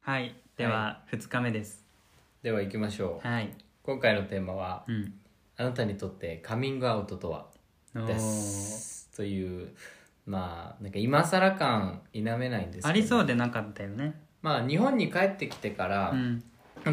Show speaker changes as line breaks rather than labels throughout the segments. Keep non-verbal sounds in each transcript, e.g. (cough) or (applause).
はいでは2日目です
では行きましょう
はい、
今回のテーマは
うん
あなたにとってカミングアウトとは
おー
ですというまあなんか今更感否めないんですけど
ありそうでなかったよね
まあ日本に帰ってきてから
う、ん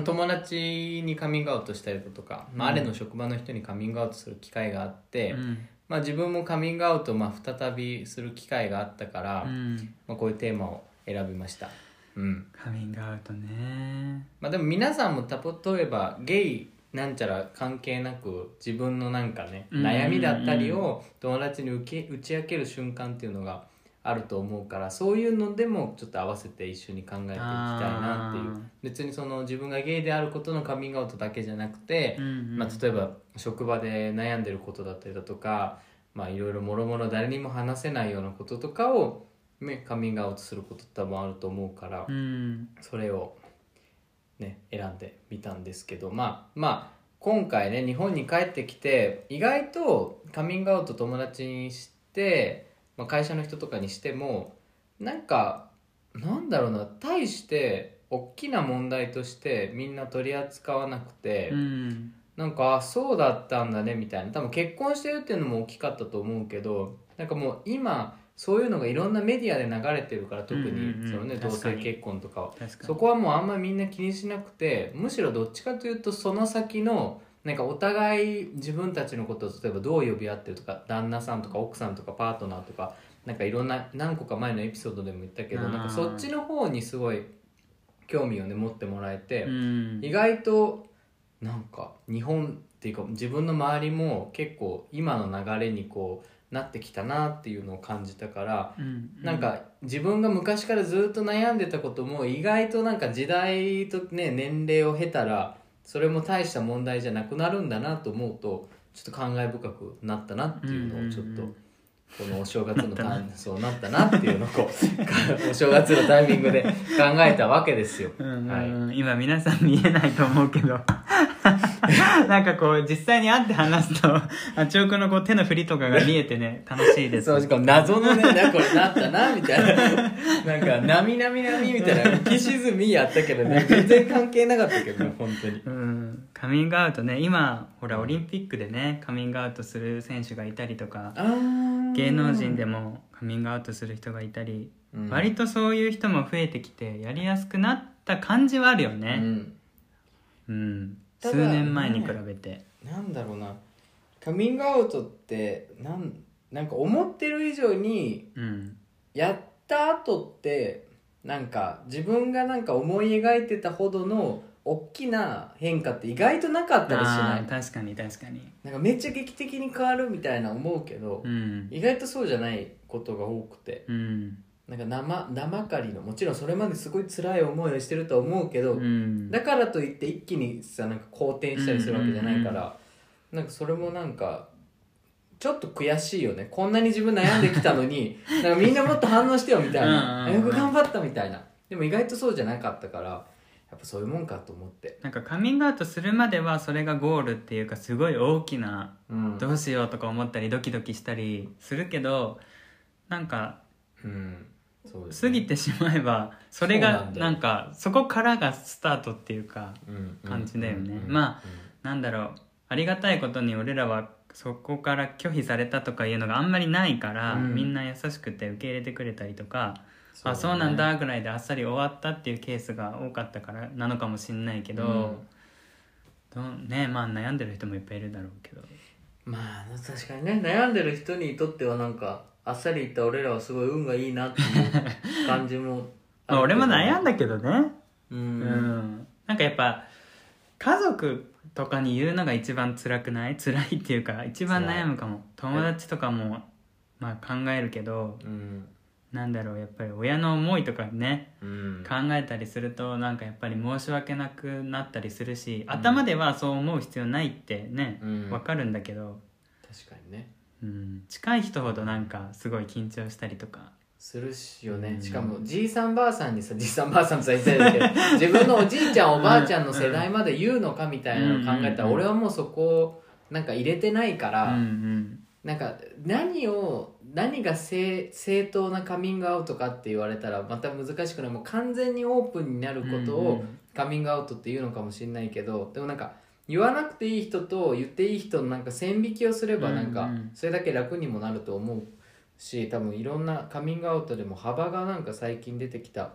友達にカミングアウトしたりだとか、まあ、あれの職場の人にカミングアウトする機会があって、
うん
まあ、自分もカミングアウトをまあ再びする機会があったから、
うん
まあ、こういうテーマを選びました、うん
カミングアウトね
まあ、でも皆さんもた例えばゲイなんちゃら関係なく自分のなんかね
うんうんうん
悩みだったりを友達に受け打ち明ける瞬間っていうのがあると思うからそういうのでもちょっと合わせて一緒に考えていきたいなっていう
あー
別にその自分がゲイであることのカミングアウトだけじゃなくて
う、ん
まあ、例えば職場で悩んでることだったりだとかまあいろいろもろもろ誰にも話せないようなこととかを、ね、カミングアウトすることって多分あると思うから、
うん
それをね選んでみたんですけどまあまあ今回ね日本に帰ってきて意外とカミングアウト友達にして、まあ、会社の人とかにしてもなんかなんだろうな大して大きな問題としてみんな取り扱わなくて、
うん
なんかあそうだったんだねみたいな多分結婚してるっていうのも大きかったと思うけどなんかもう今そういうのがいろんなメディアで流れてるから特に、
うんうんうん
そのね同
確かに
性結婚とかは
確か
そ
に
こはもうあんまみんな気にしなくてむしろどっちかというとその先のなんかお互い自分たちのことを例えばどう呼び合ってるとか旦那さんとか奥さんとかパートナーとかなんかいろんな何個か前のエピソードでも言ったけど
あー
なんかそっちの方にすごい興味をね持ってもらえて、
うん
意外となんか日本っていうか自分の周りも結構今の流れにこうなってきたなっていうのを感じたから、
うん
なんか自分が昔からずっと悩んでたことも意外となんか時代とね年齢を経たらそれも大した問題じゃなくなるんだなと思うとちょっと感慨深くなったなっていうのをちょっ
うんうん
と
うん
このお正月のタイミングそうなったなっていうのをこう (laughs) お正月のタイミングで考えたわけですよ。
うんうんうん、今皆さん見えないと思うけど (laughs) なんかこう実際に会って話すとあちおくんのこう手の振りとかが見えてね楽しいです
そうしかも謎のねなんかこれなったなみたいななんか「なみなみなみ」みたいな浮き沈みやったけどね全然関係なかったけどね本当に。
うん、カミングアウトね今ほらオリンピックでねカミングアウトする選手がいたりとか芸能人でもカミングアウトする人がいたり、
うん
割とそういう人も増えてきてやりやすくなった感じはあるよ
う
ね、
ん、
うん
ただ
数年前に比べて、
なんだろうなカミングアウトってなんなんか思ってる以上に
うん
やった後ってなんか自分がなんか思い描いてたほどの大きな変化って意外となかったりしな
あ
い
ー確かに確かに
なんかめっちゃ劇的に変わるみたいな思うけど、
うん
意外とそうじゃないことが多くて
うん
なんか生生かりのもちろんそれまですごい辛い思いをしてるとは思うけど、
うん
だからといって一気にさなんか好転したりするわけじゃないから、なんかそれもなんかちょっと悔しいよねこんなに自分悩んできたのに (laughs) なんかみんなもっと反応してよみたいな
うんうん
よ
うん
く頑張ったみたいなでも意外とそうじゃなかったからやっぱそういうもんかと思って、
なんかカミングアウトするまではそれがゴールっていうかすごい大きな
うん
どうしようとか思ったりドキドキしたりするけどなんか
うんそうです
過
ね
ぎてしまえばそれ
そうな
が
んだよ
なんかそこからがスタートっていうか
うんうん
感じだよね
うんうん
まなんだろうありがたいことに俺らはそこから拒否されたとかいうのがあんまりないから、
うん
みんな優しくて受け入れてくれたりとか
だね
あそうなんだぐらいであっさり終わったっていうケースが多かったからなのかもしんないけど、
うん
どうねまあ悩んでる人もいっぱいいるだろうけど
まあ確かにね悩んでる人にとってはなんかあっさりいった俺らはすごい運がいいなっていう感じも
(laughs) まあ俺も悩ん
だ
だけどね
う
うん、
ん
なんかやっぱ家族とかに言うのが一番辛くない辛いっていうか一番悩むかも友達とかもまあ考えるけど
うん
なんだろうやっぱり親の思いとかね
うん
考えたりするとなんかやっぱり申し訳なくなったりするし頭ではそう思う必要ないってね
うん
わかるんだけど、
確かにね
うん、近い人ほどなんかすごい緊張したりとか
するしよね、
うん
しかもじいさんばあさんにさじいさんばあさんとさ言って
(laughs)
たけど自分のおじいちゃんおばあちゃんの世代まで言うのかみたいなのを考えたら、
うん
俺はもうそこをなんか入れてないか
うん
ら、
うん
なんか何を何が正正当なカミングアウトかって言われたらまた難しくないもう完全にオープンになること
うんう
を
ん
カミングアウトっていうのかもしれないけどでもなんか言わなくていい人と言っていい人のなんか線引きをすればなん
う
か
んうん
それだけ楽にもなると思うし多分いろんなカミングアウトでも幅がなんか最近出てきた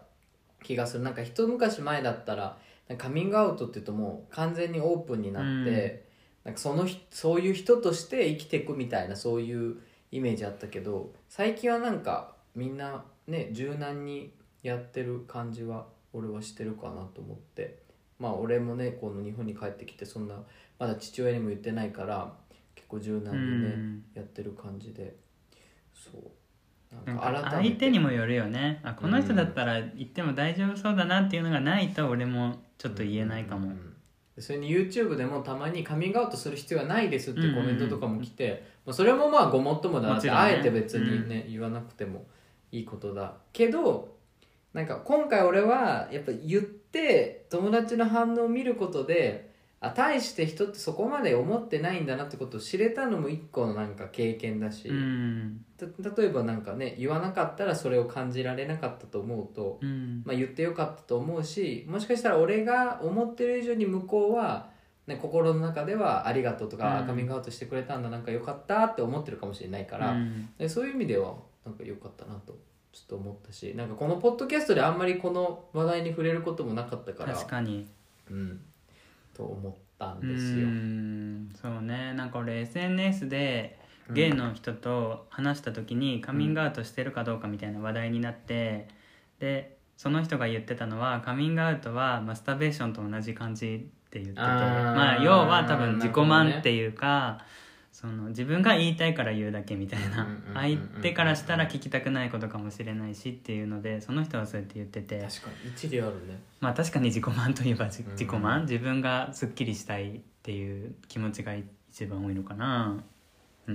気がするなんか一昔前だったらなんかカミングアウトっていうともう完全にオープンになって、なんかその人そういう人として生きていくみたいなそういうイメージあったけど最近はなんかみんなね柔軟にやってる感じは俺はしてるかなと思ってまあ俺もねこの日本に帰ってきてそんなまだ父親にも言ってないから結構柔軟
う
にね、
ん
やってる感じでそう
な
なん
か
んか改めて
相手にもよるよねあこの人だったら言っても大丈夫そうだなっていうのがないと俺もちょっと言えないかも、
うんうんうんそれに YouTube でもたまにカミングアウトする必要はないですっていうコメントとかも来て、まあ、それもまあごもっともだな
も
っ
ち
て、
ろんね
あえて別にね、言わなくてもいいことだけどなんか今回俺はやっぱ言って友達の反応を見ることであ大して人ってそこまで思ってないんだなってことを知れたのも一個のなんか経験だし、
うん
た例えばなんかね言わなかったらそれを感じられなかったと思うと、
うん
まあ、言ってよかったと思うしもしかしたら俺が思ってる以上に向こうは、ね、心の中では「ありがとう」とか、
うん
カミングアウトしてくれたんだなんかよかった」って思ってるかもしれないから、
うん
でそういう意味ではなんかよかったなとちょっと思ったしなんかこのポッドキャストであんまりこの話題に触れることもなかったから
確かに
うん、と思ったん
う
ですよ。
んそうねなんか俺 SNS でゲイの人と話した時にカミングアウトしてるかどうかみたいな話題になって、でその人が言ってたのはカミングアウトはマスターベーションと同じ感じって言ってて
あー
まあ要は多分自己
なるほどね
満っていうか、その自分が言いたいから言うだけみたい
うん
な
うんうんうん
相手からしたら聞きたくないことかもしれないしっていうのでその人はそうやって言ってて
確かに一理あるね
まあ確かに自己満といえば自
うん
自己満自分がすっきりしたいっていう気持ちが一番多いのかな。うん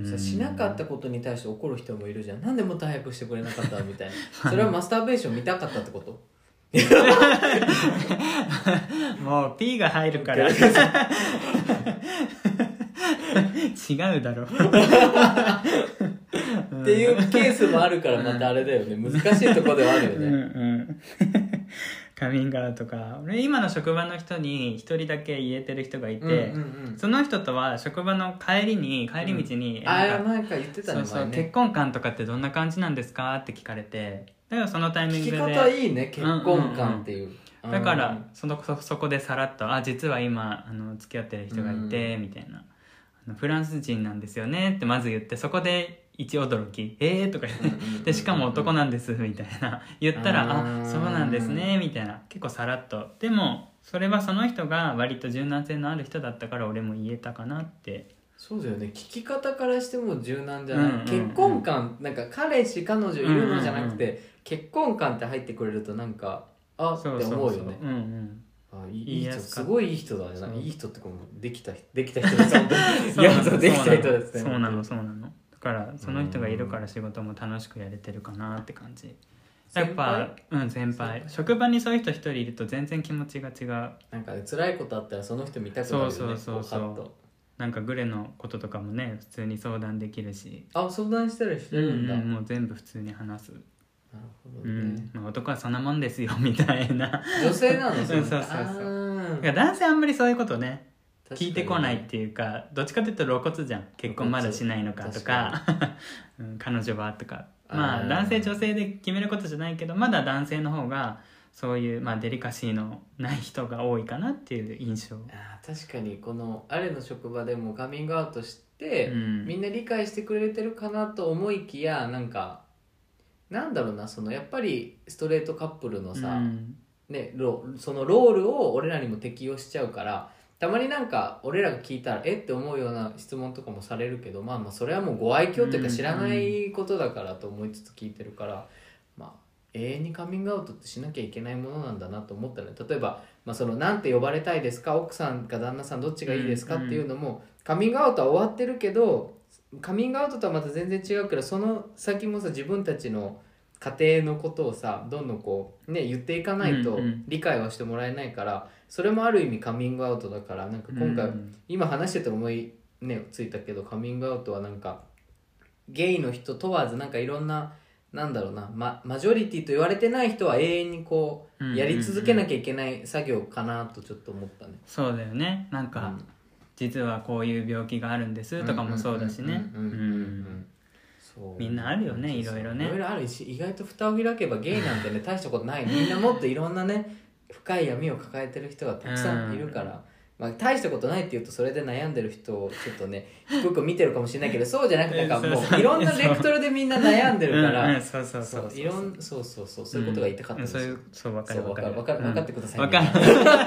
さしなかったことに対して怒る人もいるじゃんなんでもっと早くしてくれなかったみたい
(laughs)
なそれはマスターベーション見たかったってこと
もう P が入るから
(laughs)
違うだろ
っていうケースもあるからまたあれだよね難しいとこではあるよ
うん
ね
うん (laughs) カミングアウトか俺今の職場の人に一人だけ言えてる人がいて、
うんうん
その人とは職場の帰りに帰り道に、
うんあ
なんか
あ前から言ってた
そ
ね
うそう、
前
結
ね
婚観とかってどんな感じなんですかって聞かれてだからそのタイミン
聞
グ
き
で
方いいね結婚観っていう
だからそのそそこでさらっと「あ実は今あの付き合ってる人がいて」みたいなあの「フランス人なんですよね」ってまず言ってそこで一驚き「えー」とか言って (laughs) でしかも男なんですみたいな言ったら
うん
「あそうなんですね」みたいな結構さらっとでもそれはその人が割と柔軟性のある人だったから俺も言えたかなって
そうだよね聞き方からしても柔軟じゃない、
うんうんうん
結婚観なんか彼氏彼女いるのじゃなくて、結婚観って入ってくれるとなんかあって
そう
思うよね
そうそううんうん
あいい
言い
いい
や
人
すかった
すごいいい人だね
そう
なんかいい人ってこうできた人できた人ですねいや
(laughs) そ
そうう
な
で
の
きた人ですね
そうなのそうなのだからその人がいるから仕事も楽しくやれてるかなって感じやっぱうん先輩
先輩
職場にそういう人一人いると全然気持ちが違う
なんかね辛いことあったらその人見たくなるよね
そうそうそうそう
こうパッと
なんかグレのこととかもね普通に相談できるし、
あ相談したりして
うん
るんだ、なる
もう全部普通に話す、
ほど
う
ね、
んまあ、男はそんなもんですよみたい (laughs) な
女性なの
うん
それ
そうそうそう
あ
だ
ー
から男性あんまりそういうことね
確かに
聞いてこないっていうかどっちかというと露骨じゃん結婚まだしないのかとか (laughs) うん彼女はとかま
あ
あ
ー
男性女性で決めることじゃないけどまだ男性の方がそういう、まあ、デリカシーのない人が多いかなっていう印象、
あー確かにこのあれの職場でもカミングアウトし
う
て、
ん、
みんな理解してくれてるかなと思いきやなんかなんだろうなそのやっぱりストレートカップルのさ、
うん
ね、ロそのロールを俺らにも適用しちゃうからたまになんか俺らが聞いたらえって思うような質問とかもされるけど、まあ、まあそれはもうご愛嬌っていう
う
か
ん
知らないことだからと思いつつ聞いてるから、まあ、永遠にカミングアウトってしなきゃいけないものなんだなと思ったね例えば、まあ、そのなんて呼ばれたいですか奥さんか旦那さんどっちがいいですか
う
っ
ん
ていうのもカミングアウトは終わってるけどカミングアウトとはまた全然違うからその先もさ自分たちの家庭のことをさどんどんこうね言っていかない
うん
と
うん
理解はしてもらえないから、それもある意味カミングアウトだからなんか今回、
うん
今話してて思いねついたけどカミングアウトはなんかゲイの人問わずなんかいろんななんだろうな、ま、マジョリティと言われてない人は永遠にこ
うんうんう
うんやり続けなきゃいけない作業かなとちょっと思ったね。
そうだよねなんか、
うん
実はこういう病気があるんですとかもそうだしね
うんうんうんうんうんうんそう
みんなあるよねいろいろね
いろいろあるし意外と蓋を開けばゲイなん
(laughs)
てね大したことないみんなもっといろんなね深い闇を抱えてる人がたくさんいるから、まあ、大したことないって言うとそれで悩んでる人をちょっとね低く見てるかもしれない
(laughs)
けどそうじゃなくてなんかも
そうそう
ういろんなベクトルでみんな悩んでるか
うんうん、 (laughs)
ら
そうそうそう
そういろんそうそうそうそういうことが言いたかったん
う
で
んそう
す
い
よ
うそう分か
そ
る分
うわ
か
か
る
るわかる分かってくださいね
分かるそうそうそ
そ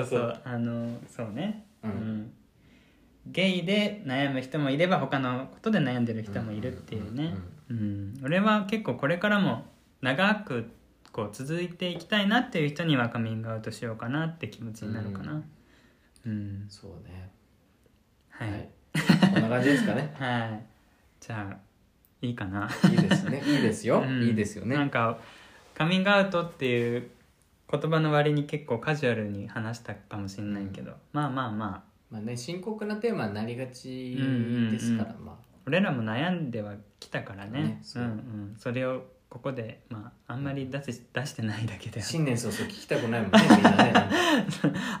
う
そう
あのそうね
うん
んゲイで悩む人もいれば他のことで悩んでる人もいるっていうねうん俺は結構これからも長くこう続いていきたいなっていう人にはカミングアウトしようかなって気持ちになるかなうん
そうね
はい
こんな感じです
(laughs)
かね
はいじゃあいいかない
いですねいいですよ、
うん
いいですよね
なんかカミングアウトっていう言葉の割に結構カジュアルに話したかもしれないけど、まあまあまあ
まあね、深刻なテーマになりがちですから、
う
ま
俺らも悩んではきたからね
ね
う
そ
ん
う
うん、それをここで、まあ、あんまり出し出してないだけ
あ、
で
新年早々聞きたくないもんね、みんな
(laughs)
ね。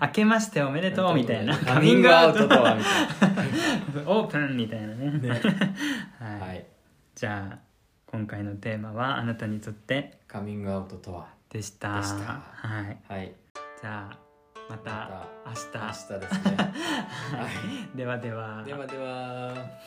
「明けましておめでとう」みたいな「
カミングアウトとは、み
オープン」みたいなね
たいな。
は、
はいい。
じゃあ今回のテーマは「あなたにとって
カミングアウトとは。」
でした
でした
はい、
はい。
じゃあまた
ま
明日
た明日ですね。は
ではでは。
い。ではでは。